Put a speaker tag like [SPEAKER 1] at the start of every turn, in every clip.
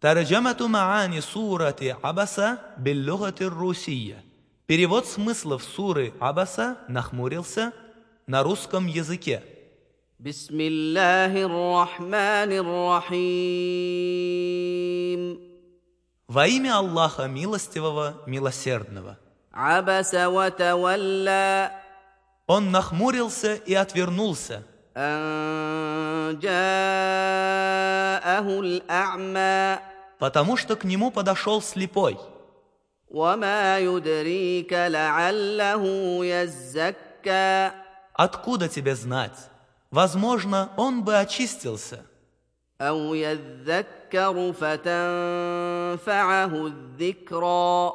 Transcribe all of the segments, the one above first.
[SPEAKER 1] Тараджама Маани сурати Абаса биллюгати русия. Перевод смыслов суры Абаса нахмурился на русском языке.
[SPEAKER 2] بسم الله الرحمن الرحيم
[SPEAKER 1] Во имя Аллаха милостивого, милосердного.
[SPEAKER 2] عبس وتولى
[SPEAKER 1] Он нахмурился и отвернулся,
[SPEAKER 2] أن جاءه الأعمى
[SPEAKER 1] потому что к нему подошел слепой.
[SPEAKER 2] وما يدريك لعله يزكى
[SPEAKER 1] Откуда тебе знать? Возможно, он бы очистился.
[SPEAKER 2] أو يذكر فتنفعه الذكرى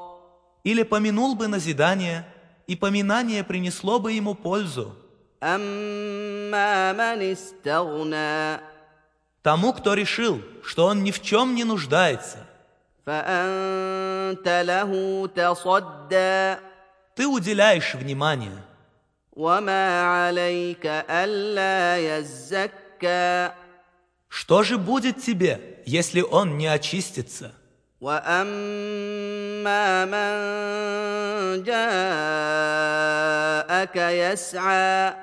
[SPEAKER 1] Или помянул бы назидание, и поминание принесло бы ему пользу.
[SPEAKER 2] أما من استغنى
[SPEAKER 1] Тому, кто решил, что он ни в чем не нуждается,
[SPEAKER 2] فأنت له تصدى
[SPEAKER 1] ты уделяешь внимание.
[SPEAKER 2] وما عليك ألا يزكى
[SPEAKER 1] Что же будет тебе, если он не очистится?
[SPEAKER 2] وأما من جاءك يسعى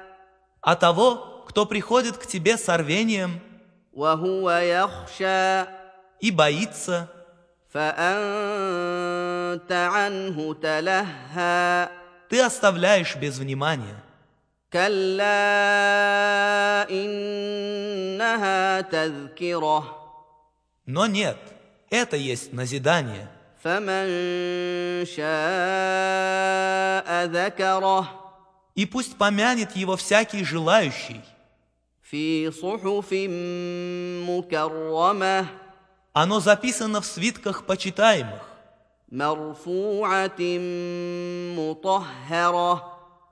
[SPEAKER 1] А того, кто приходит к тебе с рвением
[SPEAKER 2] وهو يخشى
[SPEAKER 1] и боится,
[SPEAKER 2] فأنت عنه تلهى
[SPEAKER 1] ты оставляешь без внимания.
[SPEAKER 2] كلا إنها تذكرة
[SPEAKER 1] Но нет, это есть назидание.
[SPEAKER 2] فمن شاء ذكره
[SPEAKER 1] И пусть помянет его всякий желающий.
[SPEAKER 2] في صحف مكرمه
[SPEAKER 1] Оно записано в свитках почитаемых,
[SPEAKER 2] مرفوعه مطهره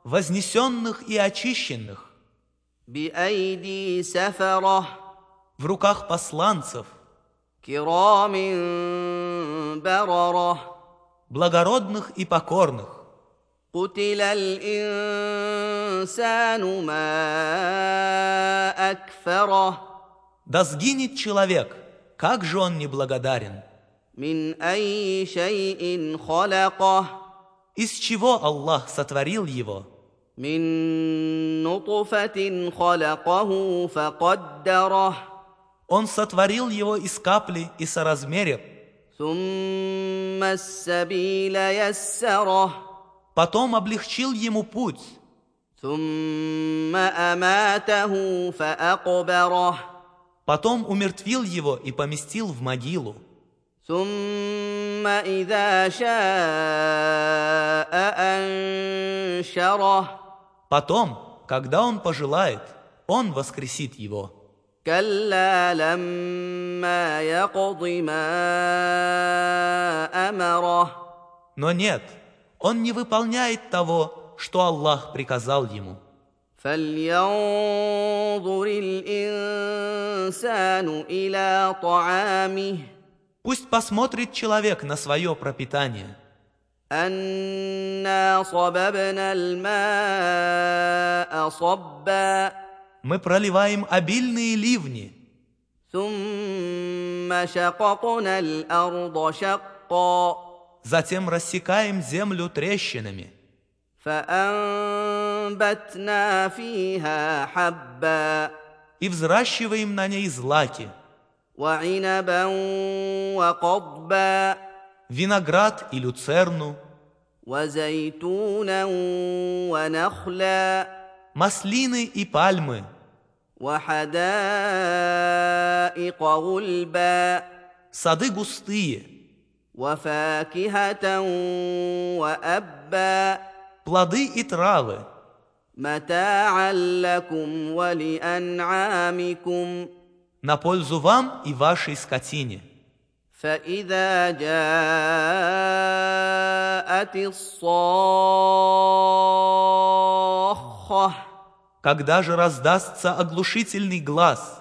[SPEAKER 1] вознесенных и очищенных,
[SPEAKER 2] بايدي سفره
[SPEAKER 1] в руках посланцев,
[SPEAKER 2] كرام برره
[SPEAKER 1] благородных и покорных.
[SPEAKER 2] قتل الانسان ما اكفره
[SPEAKER 1] Да сгинет человек, как же он неблагодарен!
[SPEAKER 2] من اي شيء خلقه
[SPEAKER 1] Из чего Аллах сотворил его?
[SPEAKER 2] من نطفة خلقه فقدره
[SPEAKER 1] Он сотворил его из капли и соразмерил,
[SPEAKER 2] ثم السبيل يسره
[SPEAKER 1] потом облегчил ему путь,
[SPEAKER 2] ثم أماته فأقبره
[SPEAKER 1] потом умертвил его и поместил в могилу,
[SPEAKER 2] ثم إذا شاء أنشره
[SPEAKER 1] потом, когда он пожелает, он воскресит его.
[SPEAKER 2] كلا لما يقض ما أمره
[SPEAKER 1] Но нет, он не выполняет того, что Аллах приказал ему.
[SPEAKER 2] فلينظر الإنسان إلى طعامه
[SPEAKER 1] Пусть посмотрит человек на свое пропитание.
[SPEAKER 2] أنا صببنا الماء صبا
[SPEAKER 1] Мы проливаем обильные ливни,
[SPEAKER 2] ثم شققنا الأرض شقا
[SPEAKER 1] затем рассекаем землю трещинами,
[SPEAKER 2] فأنبتنا فيها حبا
[SPEAKER 1] и взращиваем на ней злаки,
[SPEAKER 2] وعنبا وقضبا
[SPEAKER 1] виноград и люцерну,
[SPEAKER 2] وزيتونا ونخلا
[SPEAKER 1] маслины и пальмы,
[SPEAKER 2] وحدائق غلبا
[SPEAKER 1] сады густые,
[SPEAKER 2] وفاكهة وأبا
[SPEAKER 1] плоды и травы,
[SPEAKER 2] متاعا لكم ولأنعامكم
[SPEAKER 1] на пользу вам и вашей скотине.
[SPEAKER 2] فإذا جاءت الصاخة
[SPEAKER 1] Когда же раздастся оглушительный глаз,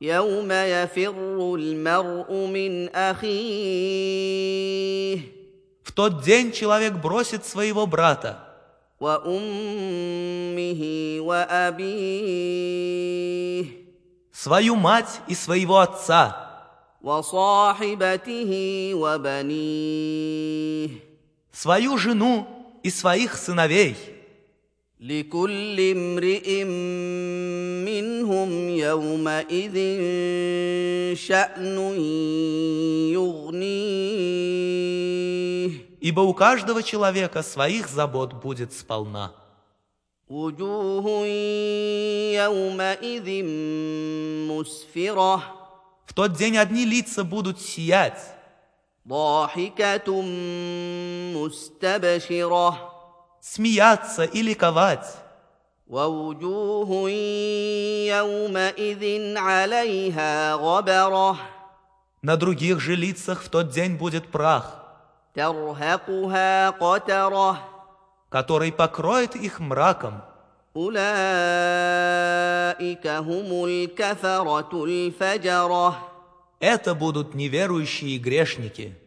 [SPEAKER 2] يوم يفر المرء من أخيه
[SPEAKER 1] в тот день человек бросит своего брата,
[SPEAKER 2] وأمه وأبيه
[SPEAKER 1] свою мать и своего отца,
[SPEAKER 2] وصاحبته وبنيه
[SPEAKER 1] свою жену и своих сыновей.
[SPEAKER 2] لكل امرئ منهم يومئذ شأن يغنيه
[SPEAKER 1] Ибо у каждого человека своих забот будет сполна.
[SPEAKER 2] وجوه يومئذ مسفره
[SPEAKER 1] В тот день одни лица будут сиять,
[SPEAKER 2] ضاحكة مستبشرة
[SPEAKER 1] смеяться и ликовать,
[SPEAKER 2] ووجوه يومئذ عليها غبرة
[SPEAKER 1] на других же лицах в тот день будет прах,
[SPEAKER 2] ترهقها قترة
[SPEAKER 1] который покроет их мраком.
[SPEAKER 2] أولئك هم الكفرة الفجرة
[SPEAKER 1] Это будут неверующие грешники.